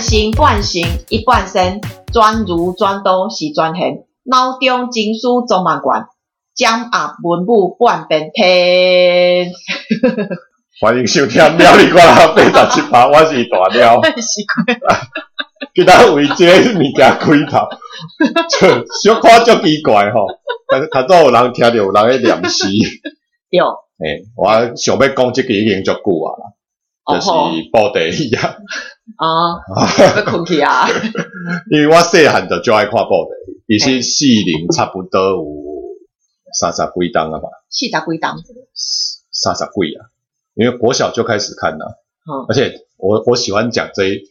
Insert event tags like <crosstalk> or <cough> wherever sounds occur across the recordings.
心半形一半身，转如转倒是转现，脑中情绪总万贯，掌握文武半边天。欢迎收听《喵哩呱啦》八十七趴，我是大喵。习惯今仔为即个物件开头，就小可足奇怪吼。但是较早有人听着有人咧念 <laughs> 诗，对，诶、我想要讲即个已经足久啊啦，哦就是哎吼，布袋戏啊，啊，要困去啊，因为我细汉就最爱看布袋戏，其实四零差不多有三十几档啊吧，四十几档，三十几啊，因为国小就开始看了，嗯而且我我喜欢讲这一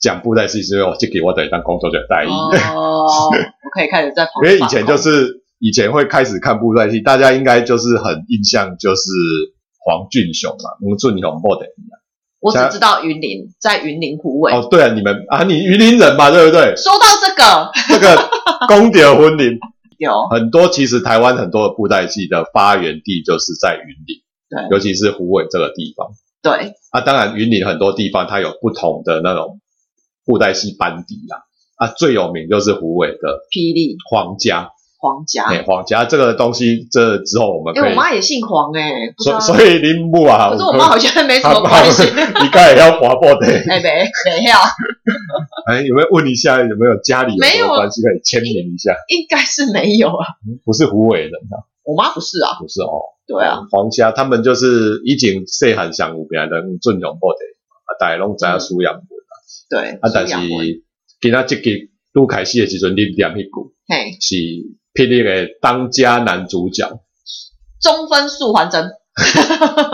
讲布袋戏，是因为我这个我得当工作者代言。哦，我可以开始在旁因边为放空，以前就是以前会开始看布袋戏，大家应该就是很印象就是黄俊雄嘛，吴俊雄、莫德尼我只知道云林，在云林湖尾。？哦，对啊，你们啊，你云林人嘛，对不对说到这个，<laughs> 这个公蝶婚礼，有很多其实台湾很多的布袋戏的发源地就是在云林，对尤其是虎尾这个地方对，啊。当然，云林很多地方它有不同的那种布袋戏班底啦。啊，最有名就是虎尾的霹雳黄家，黄家，哎、黄家这个东西，这之后我们啊因可为以我妈也姓黄哎，不知道所 <laughs> 所以林木啊，可是我妈好像没什么关系。你刚也要划破的。 <laughs> <laughs> 哎，没没有，哎，有没有问一下有没有家里有没没有有关系可以签名一下？应该是没有啊。不是胡伟人啊，我妈不是啊，不是哦。对啊，，黄虾他们就是以前细汉上有名的嗯尊重破的，啊，大家拢知影苏阳文啊，对，啊，但苏是阳文今仔即集拄开始的时阵，你念迄句嘿，是霹雳的当家男主角，中分素还真，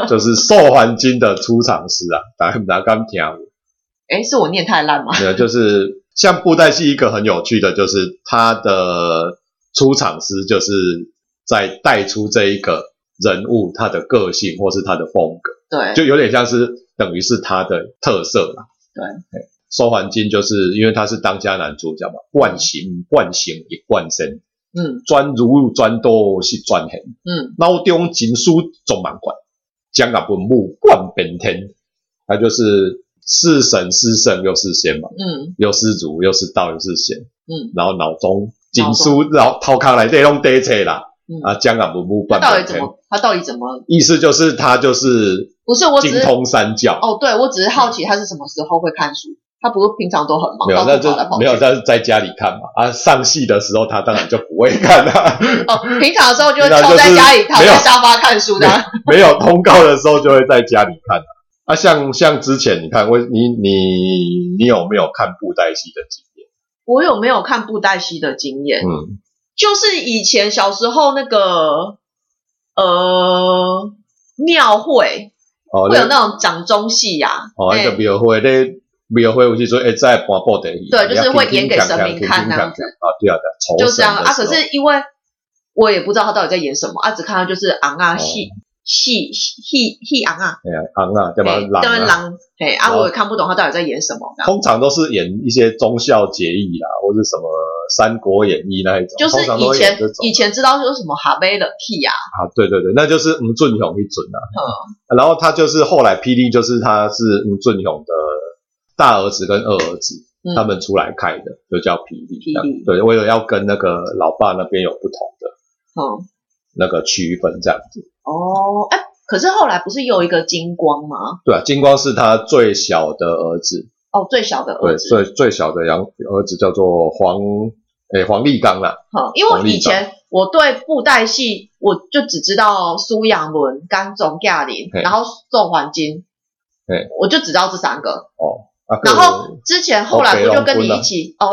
就是寿环金的出场诗啊，大家不知道敢听有哎，是我念太烂吗？没有，就是像布袋戏一个很有趣的，就是它的出场诗就是在带出这一个人物他的个性或是他的风格，对，就有点像是等于是他的特色啦。对嘿，收还金就是因为他是当家男主角嘛，惯行惯行一贯身，嗯专如专多是专横，嗯，脑中情绪总满贯，将啊文武冠本天，他就是是神是圣又是仙嘛。嗯又是儒，又是道，又是贤，嗯，然后脑中经书，然后掏开来这种堆车啦，嗯啊，江港文武他半到本底怎天，么？他到底怎么？意思就是他就是不是，我只精是通三教，哦，对我只是好奇他是什么时候会看书。他不是平常都很忙，没有，到那处就跑来跑去没有，但是在家里看嘛，啊，上戏的时候他当然就不会看 <laughs> 啊啦、哦，平常的时候就会平常凑在就是家里躺没有在沙发看书的啊。 <laughs> 没有通告的时候就会在家里看啊。啊，像像之前你看我你你你有没有看布袋戏的经验？我有没有看布袋戏的经验？嗯，就是以前小时候那个呃庙会哦，会有那种掌中戏呀、啊，哦，哎那个庙会咧，庙会有时阵会在搬布袋戏，对就是会演给你要轻轻神明轻轻看那样轻轻子啊，对啊，对，就酬这神样的啊。时可候是因为我也不知道他到底在演什么啊，只看到就是昂哦啊戏戏戏戏昂啊，哎呀，昂啊，对吧？哎，狼当然啊，狼，哎啊，然后我也看不懂他到底在演什么，这样通常都是演一些忠孝节义啦，或是什么《三国演义》那一种，就是通常都以会演前这种以前知道说什么哈贝的 key 啊，啊，对对对，那就是吴俊雄一准啊。嗯然后他就是后来霹雳，就是他是吴俊雄的大儿子跟二儿子。嗯他们出来开的，就叫霹雳。霹雳对，为了要跟那个老爸那边有不同的嗯那个区分，这样子。哦，哎，可是后来不是有一个金光吗？对啊，金光是他最小的儿子，哦，最小的儿对，子，最最小的养儿子叫做黄，诶、黄立刚啦。好，因为我黄立以前我对布袋戏，我就只知道苏阳伦、甘总、亚林，嘿然后宋环金嘿，我就只知道这三个。哦，啊，然后之前后来北我就龙跟你棍啊一起，哦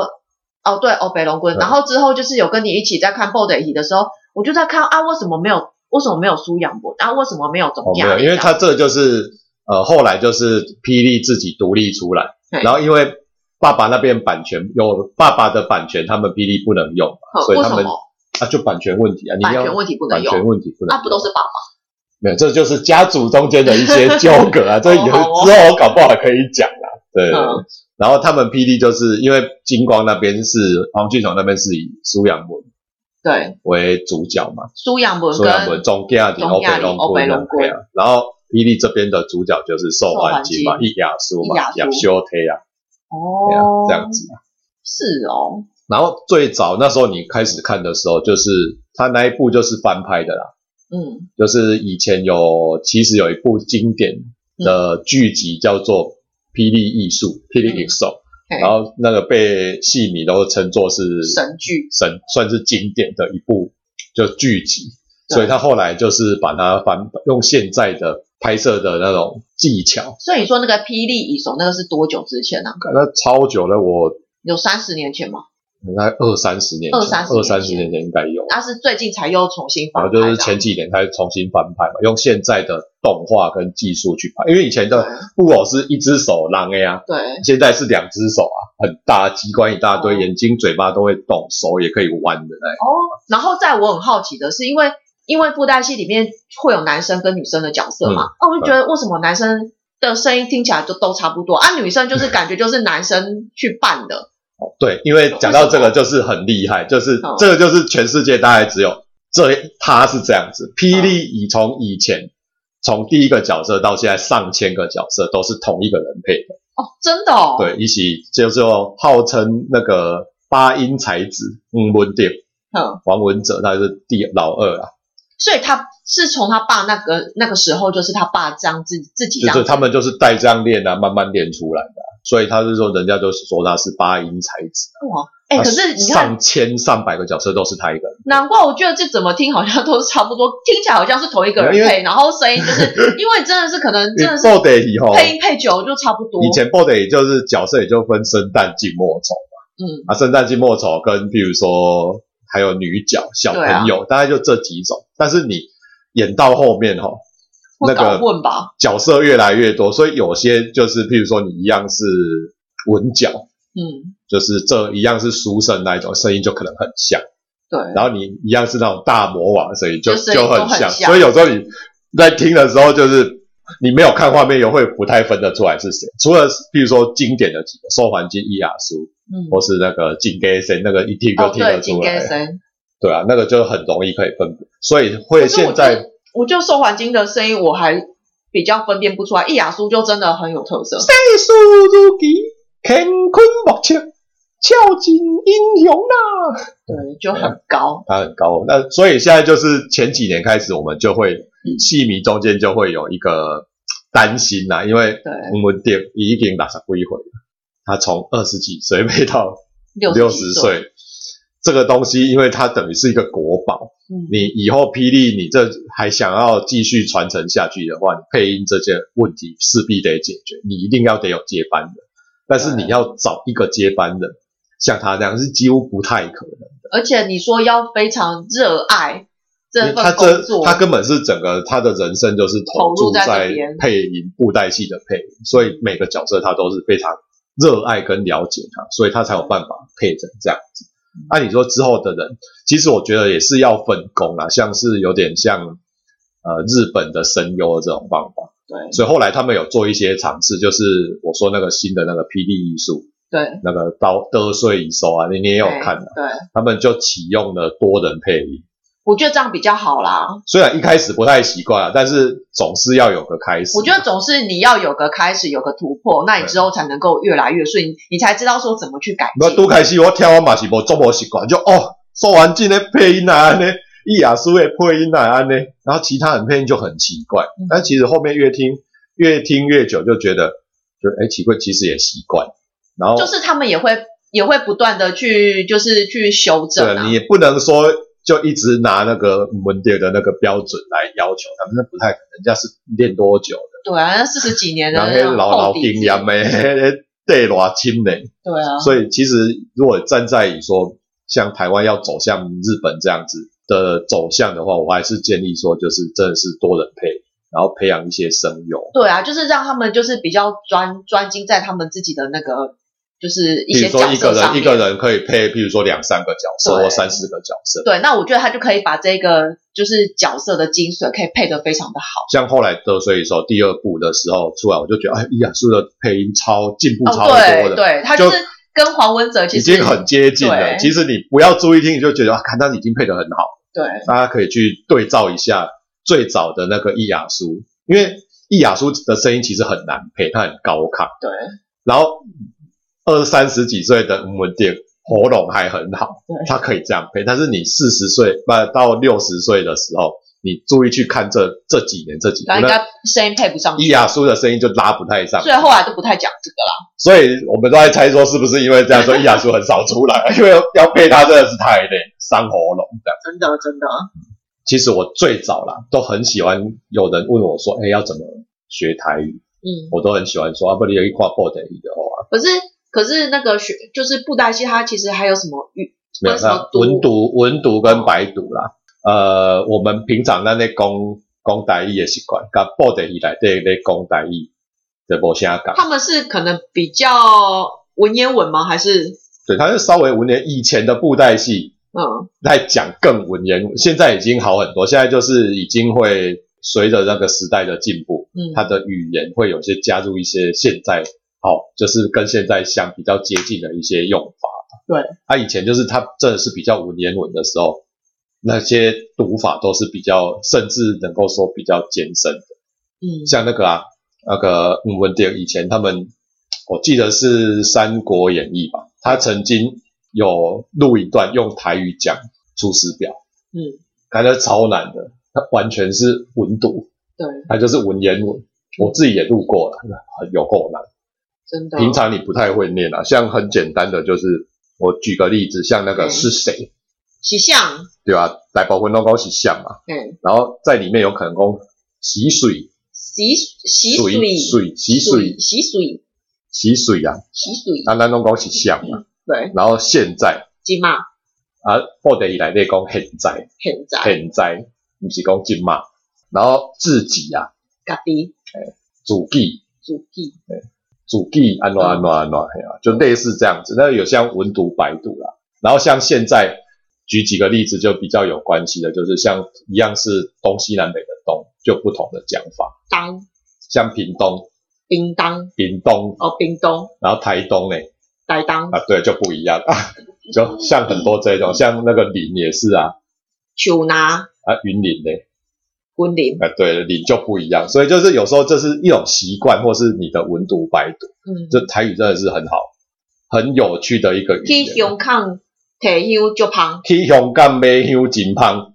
哦对，哦北龙棍，嗯然后之后就是有跟你一起在看布袋戏的时候，我就在看啊，为什么没有为什么没有苏阳伦，啊为什么没有哦总，没亚有，林？因为他这就是呃，后来就是霹雳自己独立出来，对然后因为爸爸那边版权有爸爸的版权，他们霹雳不能用嘛，哼所以为他什们么啊就版权问题啊，你版要权问题不能版用？权问题不能那用，不都是爸爸？没有，这就是家族中间的一些纠葛啊，这以后之好 <laughs> 哦后我搞不好可以讲啦，对。嗯然后他们霹雳就是因为金光那边是黄俊雄那边是以苏阳文对，为主角嘛，苏阳伦苏跟阳文中间的欧北龙中间的龟啊欧北龙，对啊然后霹雳这边的主角就是寿寿环环金嘛，金一亚苏嘛伊雅，苏亚修忒啊，对啊哦，，这样子。是哦，然后最早那时候你开始看的时候，就是他那一部就是翻拍的啦，嗯就是以前有其实有一部经典的剧集叫做《霹雳艺术》霹雳 EXO），、嘿然后那个被戏迷都称作是神剧嗯神算是经典的一部就剧集，对所以他后来就是把它翻用现在的拍摄的那种技巧，所以你说那个《霹雳以手》那个是多久之前呢、啊？那超久了，我有三十年前吗？应该二三十年前，二三十二年前三十年前应该有，那是最近才又重新翻然拍后的就啊。是前几年才重新翻拍嘛，用现在的动画跟技术去拍，因为以前嗯的布偶是一只手狼的呀、对对现在是两只手啊，很大，机关一大堆，哦眼睛、嘴巴都会动，手也可以弯的那哦，然后在我很好奇的是，因为因为布袋戏里面会有男生跟女生的角色嗯嘛，哦，我就觉得为什么男生的声音听起来就都差不多啊，女生 <laughs> 就是感觉就是男生去扮的，种。对，因为讲到这个就是很厉害，就是、哦这个就是全世界大概只有这他是这样子。霹雳哦已从以前从第一个角色到现在上千个角色都是同一个人配的，哦，真的哦，，对，一起就是号称那个八音才子，嗯，文鼎嗯，王文哲他是第老二啊，所以他是从他爸那个那个时候，就是他爸这样自自己这就样是他们就是带这样练啊，慢慢练出来的啊、所以他是说，人家就是说他是八音才子。啊哇，哎、他可是你看，上千上百个角色都是他一个人，难怪我觉得这怎么听好像都差不多，听起来好像是同一个因人为配，然后声音就是 <laughs> 因为真的是可能真的是爆得以后，配音配久了就差不多，以前爆得就是角色也就分生旦净末丑嗯啊，生旦净末丑跟譬如说还有女角小朋啊友，大概就这几种。但是你演到后面哈、会那搞个混吧，角色越来越多，所以有些就是譬如说你一样是文角，嗯，就是这一样是书生那一种声音就可能很像。对，然后你一样是那种大魔王，所以就就声音就都很很像。像所以有时候你在听的时候，就是你没有看画面，也会不太分得出来是谁。除了比如说经典的几个《兽环境》《伊雅苏》，嗯，或是那个《金盖森》，那个一听就哦听对，得金出根来。生，对啊，那个就很容易可以分辨，所以会可是我现在就我就受环境的声音我还比较分辨不出来，易雅苏就真的很有特色，倍数如棋，乾坤莫测，俏尽英雄啊。对，就很高，它很高。那所以现在就是前几年开始，我们就会嗯戏迷中间就会有一个担心啦、因为对，我们点已经打上过一回了，他从二十几岁配到六六十，岁，这个东西因为它等于是一个国宝，嗯，你以后霹雳你这还想要继续传承下去的话，你配音这些问题势必得解决，你一定要得有接班人，但是你要找一个接班人。像他这样是几乎不太可能。而且你说要非常热爱这他份这工作，他根本是整个他的人生就是投投入注在这在边配音布袋戏的配音，所以每个角色他都是非常热爱跟了解他，所以他才有办法配成这样子。按、理说之后的人，其实我觉得也是要分工啦，像是有点像呃日本的声优的这种方法，对所以后来他们有做一些尝试，就是我说那个新的那个霹雳艺术，对那个刀得税已收啊，你你也有看的、对，对他们就启用了多人配音。我觉得这样比较好啦，虽然一开始不太习惯啊，但是总是要有个开始。我觉得总是你要有个开始，有个突破，那你之后才能够越来越顺，你才知道说怎么去改我进。都开始我听我嘛是无做无习惯，就哦，说完进的配音啊安呢，伊雅苏的配音啊安呢，然后其他人配音就很奇怪嗯。但其实后面越听越听越久，就觉得就哎奇怪，其实也习惯。然后就是他们也会也会不断的去就是去修正对啊你。也不能说就一直拿那个文典的那个标准来要求他们，那不太可能。人家是练多久的，对啊，那四十几年的然后那那种老老厚底经子验的，那个对偌深嘞。对啊，所以其实如果站在你说像台湾要走向日本这样子的走向的话，我还是建议说，就是真的是多人配，然后培养一些声优，对啊，就是让他们就是比较专专精在他们自己的那个就是一比些如角说一个色上人面。一个人可以配，譬如说两三个角色对或三四个角色，对，那我觉得他就可以把这个就是角色的精髓可以配得非常的好。像后来的所以说第二部的时候出来，我就觉得哎，伊雅苏的配音超进步哦，超对多的。对，他就就是跟黄文哲其已实经很接近了。对其实你不要注意听，你就觉得啊，看他已经配得很好。对大家可以去对照一下最早的那个易雅苏，因为易雅苏的声音其实很难配，它很高亢。对然后二三十几岁的吴文定喉咙还很好对，他可以这样配。但是你四十岁不到六十岁的时候，你注意去看这这几年这几然年，后人那家声音配不上伊去，雅苏的声音就拉不 <laughs> 太上，所以后来都不太讲这个了。所以我们都在猜说是不是因为这样，所以伊雅苏很少出来，因为要配他真的是太累，伤喉咙这样。真的真的，其实我最早啦，都很喜欢有人问我说，哎，要怎么学台语？嗯。我都很喜欢说，啊，不，你有一跨破的一个哦啊，可是可是那个学就是布袋戏，它其实还有什么语？没有，为什么那读文读文读跟白读啦。呃，我们平常咱咧讲讲台语的习惯，甲报的以来对咧讲台语的无啥讲，他们是可能比较文言文吗？还是对，它是稍微文言。以前的布袋戏嗯在讲更文言文，现在已经好很多，现在就是已经会随着那个时代的进步，嗯它的语言会有些加入一些现在好，就是跟现在相比较接近的一些用法。对，它、以前就是它真的是比较文言文的时候，那些读法都是比较，甚至能够说比较艰深的。嗯像那个啊，那个吴文典以前他们，我记得是《三国演义》吧，他曾经有录一段用台语讲《出师表》，嗯，感觉超难的，他完全是文读，对，他就是文言文。我自己也录过了，很有够难。真的平常你不太会念啊，像很简单的就是，我举个例子，像那个嗯是谁，喜相对吧、来保魂龙高是像嘛，嗯然后在里面有可能讲洗水、洗洗水水、水、洗水、洗水洗水啊，洗水啊，咱拢讲是像嘛。对，然后现在金嘛啊，报地以来咧讲现在，现在现在不是讲今嘛。然后自己啊，家己自己主题自己安怎安怎安怎，嘿啊，就类似这样子。那有像文读白读啦，然后像现在举几个例子就比较有关系的，就是像一样是东西南北的东，就不同的讲法。当像屏东、叮当屏东，哦冰东然后台东呢，来当啊，对，就不一样啊。就像很多这种，像那个林也是啊，手拿啊，云林呢，滚铃啊，对，你就不一样，所以就是有时候这是一种习惯，或是你的文读白读，嗯，这台语真的是很好，很有趣的一个语去言。香港提香就香去香港买香真香，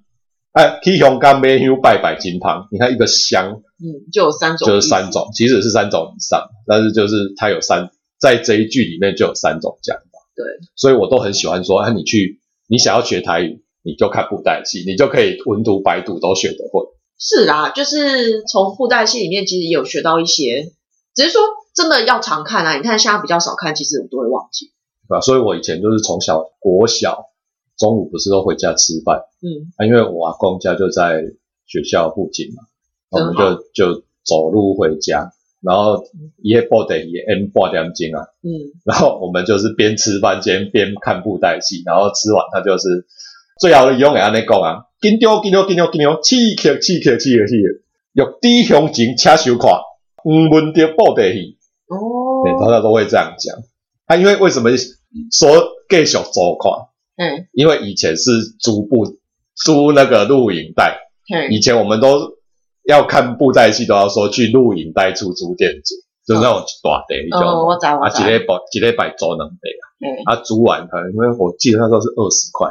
哎，去香港买香拜拜真香。你看一个香嗯就有三种就是意思三种，其实是三种以上，但是就是它有三，在这一句里面就有三种讲法。对，所以我都很喜欢说，啊，你去，你想要学台语，你就看布袋戏，你就可以文读白读都学得会。是啦，就是从布袋戏里面其实也有学到一些，只是说真的要常看啊。你看现在比较少看，其实我都会忘记。对吧？所以我以前就是从小国小中午不是都回家吃饭嗯，啊，因为我阿公家就在学校附近嘛，我真们好就就走路回家，然后一报得也 M 半点钟啊，嗯，然后我们就是边吃饭间边看布袋戏，然后吃完他就是最后用给安尼讲啊，紧张紧张紧张紧张，刺激刺激刺激刺激，玉帝胸前请收看，黄文着布袋戏。哦对，，大家都会这样讲。他、因为为什么说继续走垮？嗯，因为以前是租布租那个录影带，嘿，以前我们都要看布袋戏，都要说去录影带出租店租，就是那种大的一种，哦，我知道我啊，知道一，礼拜一礼拜租两杯啊，嘿，啊，租完可能因为我记得那时候是二十块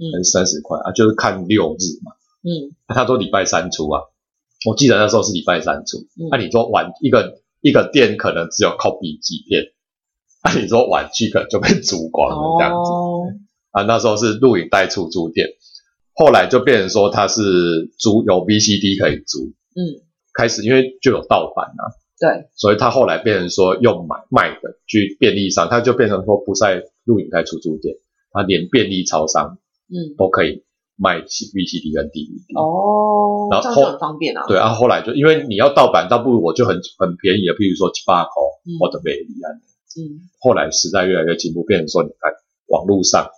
嗯还是三十块啊，就是看六日嘛。啊嗯，他都礼拜三出啊。我记得那时候是礼拜三出。嗯那、啊你说晚一个一个店可能只有 copy 几片，那、你说晚去可能就被 <laughs> 煮光了这样子、哦，啊。那时候是录影带出租店，后来就变成说它是租有 VCD 可以租，嗯，开始因为就有盗版啊，对，所以它后来变成说用买卖的去便利商，它就变成说不在录影带出租店，它连便利超商嗯，都可以卖 VCD 跟 DVD。哦，然后这样就很方便啊。对啊，后来就因为你要盗版，倒不如我就很很便宜的，譬如说七八块嗯或者美离安。嗯，后来时代越来越进步，变成说你看网络上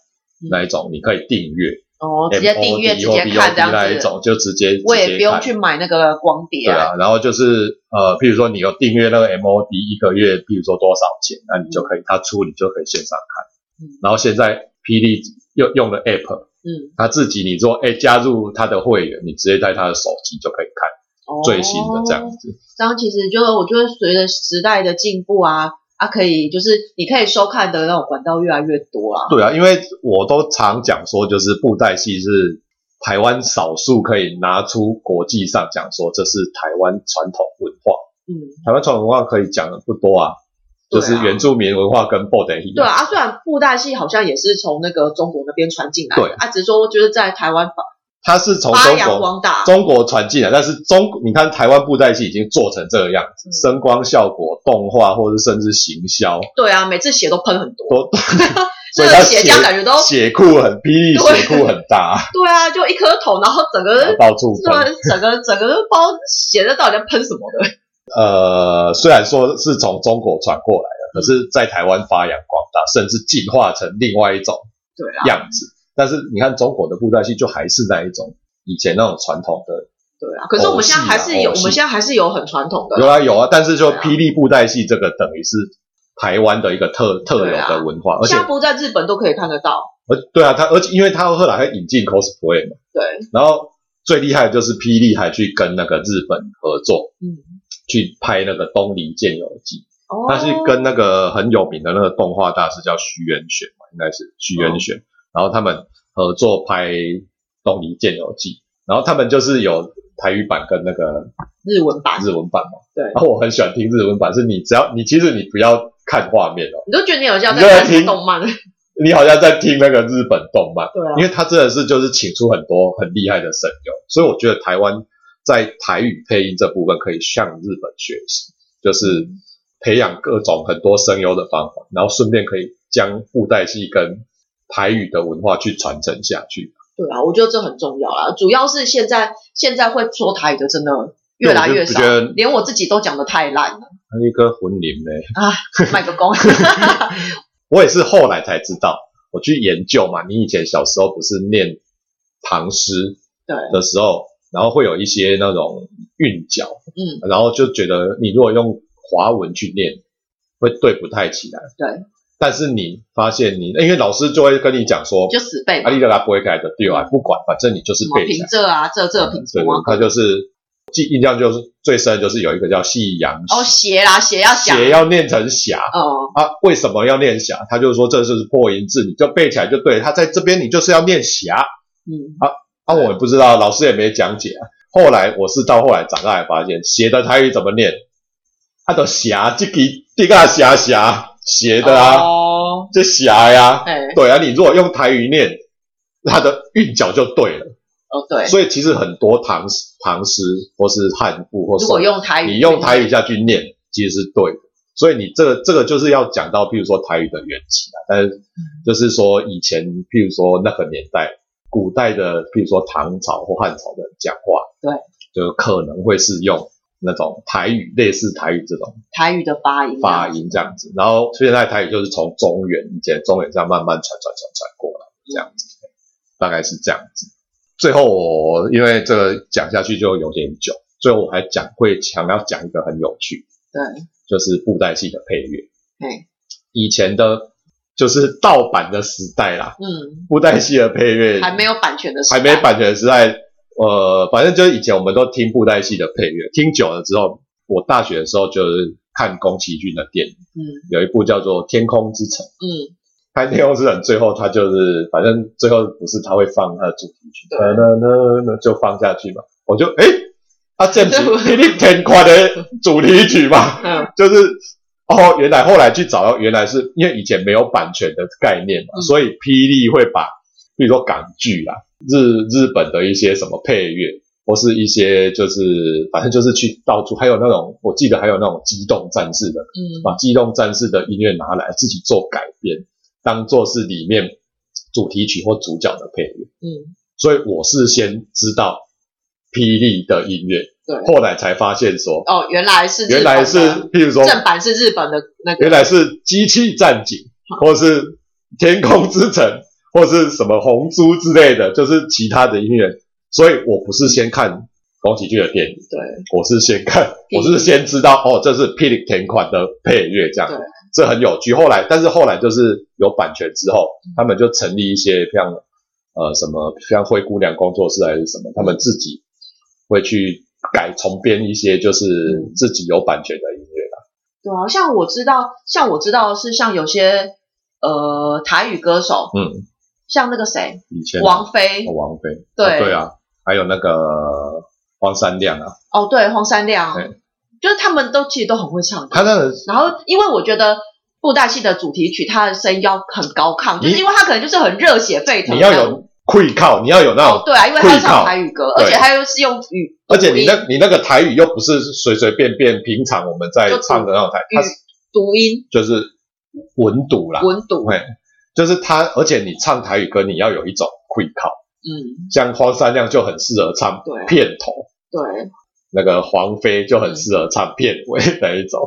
嗯那一种，你可以订阅，哦，直接订阅，直接看 MOD 这那一样子，种，就直接我也不用。直接看去买那个光碟对啊。啊，然后就是呃，譬如说你有订阅那个 MOD 一个月，譬如说多少钱，那你就可以他出你就可以线上看嗯。然后现在霹雳又用了 App，嗯，他自己你说哎加入他的会员，你直接在他的手机就可以看哦最新的这样子。这样其实就我觉得随着时代的进步啊，啊，可以就是你可以收看的那种管道越来越多啦。对啊，因为我都常讲说，就是布袋戏是台湾少数可以拿出国际上讲说这是台湾传统文化。嗯，台湾传统文化可以讲的不多啊，对就啊是原住民文化跟布袋戏。对啊，啊虽然布袋戏好像也是从那个中国那边传进来对的，啊，只是说就是在台湾发它是从发中扬国光大。中国传进来，但是中你看台湾布袋戏已经做成这个样子，嗯声光效果、动画或者是甚至行销，对啊，每次血都喷很多，都所这以个它血浆感觉都血库很霹雳，对血库很大，对啊，就一颗头，然后整个然后到处这喷。个整个整个包血的到底在喷什么的？呃，虽然说是从中国传过来嗯的，可是在台湾发扬光大，甚至进化成另外一种对啊，样子。但是你看中国的布袋戏，就还是那一种以前那种传统的，对啊。可是我们现在还是有，偶戏啊偶戏我们现在还是有很传统的有啦，啊有啊。但是就对啊霹雳布袋戏这个，等于是台湾的一个特特有的文化，而且现在不在日本都可以看得到。而对啊，他而且因为他后来还引进 cosplay 嘛，对，然后最厉害的就是霹雳还去跟那个日本合作，嗯，去拍那个《东离剑游记》。哦，他是跟那个很有名的那个动画大师叫徐元玄嘛，应该是徐元哦玄，然后他们合作拍《东离剑游记》，然后他们就是有台语版跟那个日文版，日文版嘛。对然后我很喜欢听日文版，是你只要你其实你不要看画面哦，你都觉得你好像你就在在看听动漫， <laughs> 你好像在听那个日本动漫，对啊因为他真的是就是请出很多很厉害的声优，所以我觉得台湾在台语配音这部分可以向日本学习，就是培养各种很多声优的方法，然后顺便可以将布袋戏跟台语的文化去传承下去。对啊，我觉得这很重要啦。主要是现在现在会说台语的真的越来越少对我就觉得，连我自己都讲的太烂了， <laughs> 那一个魂灵呢，卖个 <laughs> 公。我也是后来才知道，我去研究嘛，你以前小时候不是念唐诗对，的时候，然后会有一些那种韵脚。嗯，然后就觉得你如果用华文去念，会对不太起来。对。但是你发现你，因为老师就会跟你讲说，就死背嘛，阿丽的拉不会改的，对啊，不管，反正你就是什么背起平来。仄啊，这这平什对么啊，他就是记印象就是最深的就是有一个叫夕阳哦，斜啦，斜要讲，写要念成霞哦，啊，为什么要念霞？他就说这就是破音字，你就背起来就对。他在这边你就是要念霞嗯，啊，我也不知道，老师也没讲解啊。后来我是到后来长大才发现，斜的台语怎么念？它的斜，这个这个斜斜斜的啊，哦，这斜呀、哎，对啊。你如果用台语念，它的韵脚就对了。哦对，所以其实很多唐诗、唐诗或是汉赋或是如果用台语，你用台语下去念，其实是对的。所以你这个这个就是要讲到，譬如说台语的缘起啊，但是嗯就是说以前，譬如说那个年代，古代的，譬如说唐朝或汉朝的人讲话，对，就可能会是用那种台语，类似台语这种台语的发音，啊发，音这样子。然后现在台语就是从中原以前中原这样慢慢传传传传过来这样子，大概是这样子。最后我因为这个讲下去就有点久，最后我还讲会想要讲一个很有趣，对，就是布袋戏的配乐。哎，以前的就是盗版的时代啦，嗯，布袋戏的配乐还没有版权的时还代，没版权的时代，呃，反正就是以前我们都听布袋戏的配乐，听久了之后，我大学的时候就是看宫崎骏的电影。嗯有一部叫做《天空之城》，嗯，拍《天空之城》最后他就是，反正最后不是他会放他的主题曲，对那那那就放下去嘛。我就诶，啊，这 <laughs> 不是对我霹雳天快的主题曲嘛， <laughs> 嗯就是哦，原来后来去找到，原来是因为以前没有版权的概念嘛，嗯所以霹雳会把，比如说港剧啦、日日本的一些什么配乐。或是一些就是反正就是去到处，还有那种我记得还有那种机动战士的嗯，把《机动战士》的音乐拿来自己做改编，当做是里面主题曲或主角的配乐。嗯，所以我是先知道霹雳的音乐，对，后来才发现说，哦，原来是日本原的来是譬如说，正版是日本的那个，原来是《机器战警》或是《天空之城》或是什么《红猪》之类的，就是其他的音乐。所以我不是先看宫崎骏的电影，对，我是先看，我是先知道哦，这是霹雳田款的配乐这样对，这很有趣。后来，但是后来就是有版权之后，嗯他们就成立一些像呃什么像灰姑娘工作室还是什嗯么，他们自嗯己会去改重编一些就是自己有版权的音乐啦。对啊，像我知道，像我知道是像有些呃台语歌手，嗯，像那个谁以前王菲哦，王菲，对哦对啊，还有那个黄山亮啊，哦，对黄山亮对，就是他们都其实都很会唱歌。他那个然后因为我觉得布袋戏的主题曲，他的声音要很高亢，你就是因为他可能就是很热血沸腾你这样。要有愧靠，你要有那哦种，，对啊，因为他会靠唱台语歌，对而且他又是用语，而且你那你那个台语又不是随随便便平常我们在就唱的那种台，它是读音就是文读啦，文读，会就是它，而且你唱台语歌，你要有一种愧靠，嗯，像荒山亮就很适合唱对片头，对，那个黄飞就很适合嗯唱片尾那一种，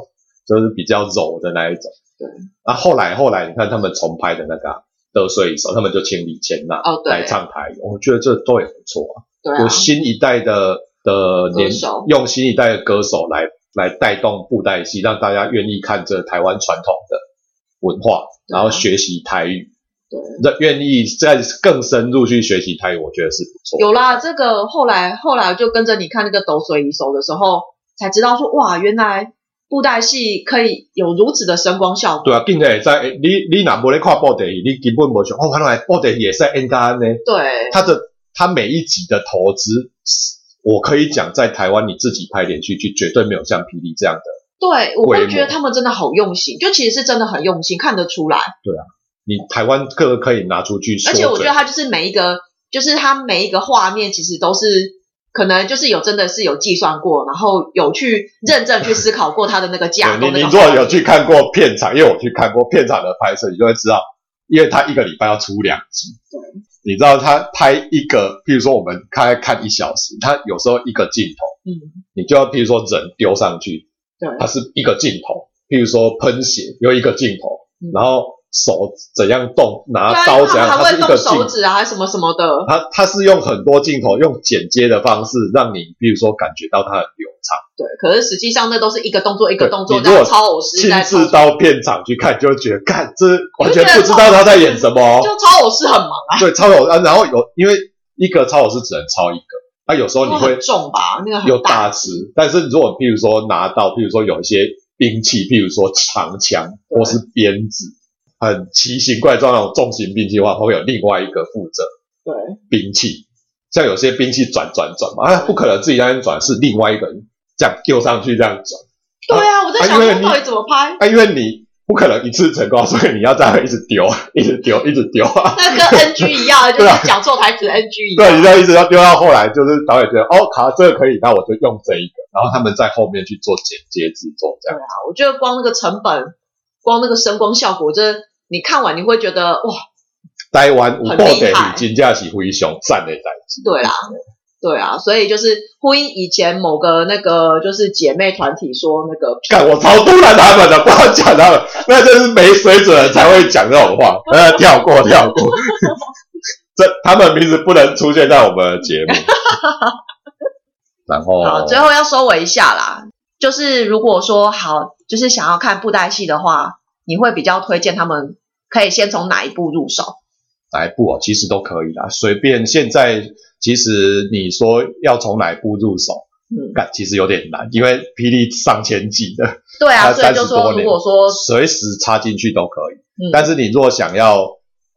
就是比较柔的那一种。对，啊，后来后来你看他们重拍的那个、啊《得水一手》，他们就请李千娜哦对来唱台语，我觉得这都也不错啊。对就啊，新一代的的年歌手用新一代的歌手来来带动布袋戏，让大家愿意看这台湾传统的文化，对啊然后学习台语，对。那愿意再更深入去学习台语，我觉得是不错。有啦，这个后来后来就跟着你看那个《抖水遗手》的时候，才知道说哇，原来布袋戏可以有如此的声光效果。对啊，并且在你你若无咧看布袋戏，你根本无想哦，原来布袋戏也是演到安呢。对他的他每一集的投资，我可以讲，在台湾你自己拍连续剧，绝对没有像霹雳这样的。对，我规会模觉得他们真的好用心，就其实是真的很用心，看得出来。你台湾各个可以拿出去说而嘴，且我觉得他就是每一个，就是他每一个画面其实都是。可能就是有真的是有计算过，然后有去认真去思考过他的那个架构。对你你那个如果画有面去看过片场，因为我去看过片场的拍摄，你就会知道，因为他一个礼拜要出两集。你知道他拍一个，譬如说我们看看一小时，他有时候一个镜头，嗯，你就要譬如说人丢上去，对，它是一个镜头；譬如说喷血又一个镜头，嗯然后手怎样动，对拿啊，刀因为怎他样，们它还是会一个动镜手指啊，还什么什么的。它它是用很多镜头，用剪接的方式，让你比如说感觉到它很流畅。对，可是实际上那都是一个动作一个动作，对你如在果超偶师亲在操自作，到片场去看，就会觉得，干，这完全不知道他在演什么哦。就超偶师很忙啊，对，超有啊，然后有因为一个超有是只能超一个，那、有时哦候你那会很重吧？那个有很大只，但是如果譬如说拿到，譬如说有一些兵器，譬如说长枪对或是鞭子，很奇形怪状那种重型兵器的话，会有另外一个负责对兵器。像有些兵器转转转嘛，啊，不可能自己在那边转，是另外一个人这样丢上去这样转。对啊，我在啊想因为说你到底怎么拍？啊，因为你不可能一次成功，所以你要这样一直丢，一直丢，一直丢啊。那跟 <laughs> NG 一样，就对啊是讲错台词 NG 一对，样你。要一直要丢到后来，就是导演觉得哦，卡这个可以，那我就用这一个，然后他们在后面去做剪接制作，这样啊我觉得光那个成本，光那个声光效果，这你看完你会觉得哇，台湾五部很电厉害影金价是灰熊赞的代志，对啦，对啊，所以就是呼应以前某个那个就是姐妹团体说那个看我超突然他们的，不要讲他们，那就是没水准的才会讲这种话，呃，跳过跳过， <laughs> 这他们名字不能出现在我们的节 <laughs> 目。然后好，最后要收尾一下啦，就是如果说好，就是想要看布袋戏的话，你会比较推荐他们可以先从哪一部入手？哪一部哦，其实都可以啦，随便。现在其实你说要从哪一部入手，嗯，干其实有点难，因为霹雳上千季的，对啊，他所以就30多说如年果说随时插进去都可以。嗯但是你如果想要，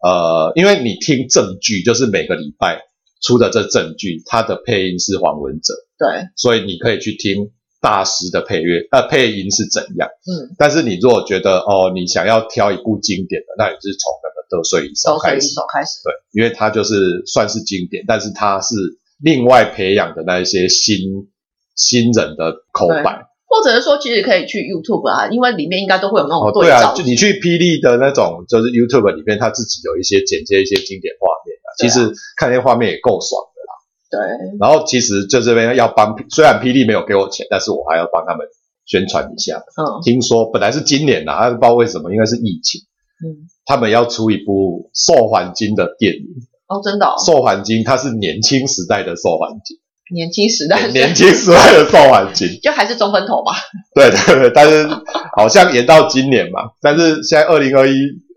呃，因为你听正剧，就是每个礼拜出的这正剧，它的配音是黄文哲，对，所以你可以去听大师的配乐，呃，配音是怎样。嗯，但是你如果觉得哦，你想要挑一部经典的，那你是从那个《得睡一首手》开水始一。手开始，对，因为它就是算是经典，但是它是另外培养的那一些新新人的口白。或者是说其实可以去 YouTube 啊，因为里面应该都会有那哦种，对啊，照就。你去霹雳的那种，就是 YouTube 里面，它自己有一些剪接一些经典画面、啊、对啊其实看那些画面也够爽的啦。对，然后其实就这边要帮，虽然霹雳没有给我钱，但是我还要帮他们宣传一下。嗯听说本来是今年啦、啊，不知道为什么，应该是疫情，嗯，他们要出一部受环金的电影。哦，真的、哦，受环金它是年轻时代的受环金。年轻时代年年轻时代的受环境， <laughs> 就还是中分头吧，对对对，但是好像延到今年嘛，但是现在二零二一，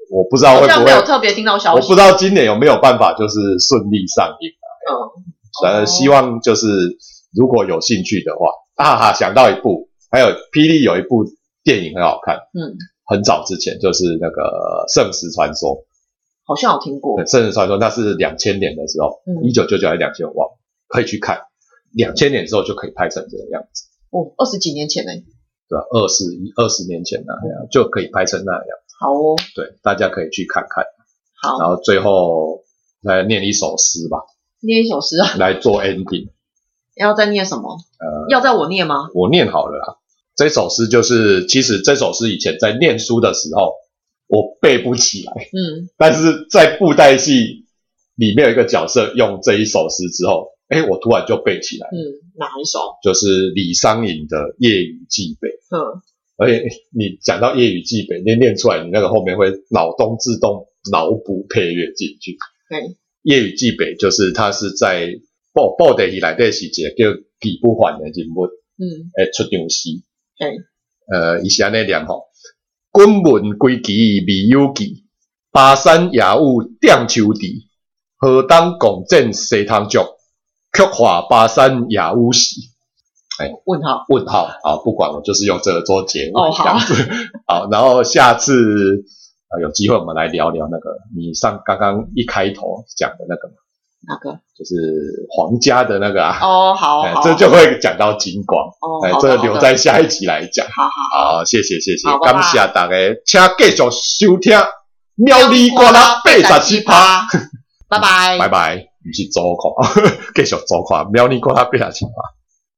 我不知道好会像不没有会，特别听到消我息。不知道今年有没有办法就是顺利上映，嗯，呃，哦希望就是如果有兴趣的话，啊哈，想到一部，还有霹雳有一部电影很好看，嗯，很早之前就是那个《圣石传说》好像有听过对，，《圣石传说》那是两千年的时候，嗯一九九九还是两千，我忘了，可以去看。两千年之后就可以拍成这个样子，哦，二十几年前呢，对吧？二十一二十年前那样、就可以拍成那样，好哦，对，大家可以去看看。然好，后最后来念一首诗吧，念一首诗啊，来做 ending。要再念什么？呃，要在我念吗？我念好了啦。这首诗就是，其实这首诗以前在念书的时候我背不起来，嗯，但是在布袋戏里面有一个角色用这一首诗之后，哎，我突然就背起来了，嗯，哪一首？就是李商隐的《夜雨寄北》。嗯，而且诶你讲到《夜雨寄北》，你念出来，你那个后面会脑洞自动脑补配乐进去。对，夜雨寄北就是它是在布布袋戏内底是一个叫纪不凡的人物嗯，诶出场戏。对，呃，伊是安尼念吼：滚文归期未有期，巴山夜雾点秋地，河东共振西塘竹，曲化巴山夜雾时。问号。问号啊，不管我就是用这个做结尾哦好这样子 <laughs> 好，然后下次呃有机会我们来聊聊那个你上刚刚一开头讲的那个嘛，哪个？就是皇家的那个啊，哦，好，哎好，这就会讲到金光，哦，哎好，的这个留在下一集来讲。好的好好，好，谢谢谢谢，好拜拜感谢大家，请继续收听《喵哩呱啦八十七趴》，拜拜， <laughs> 拜拜，不是周看，继续周看《喵哩呱啦八十七趴》。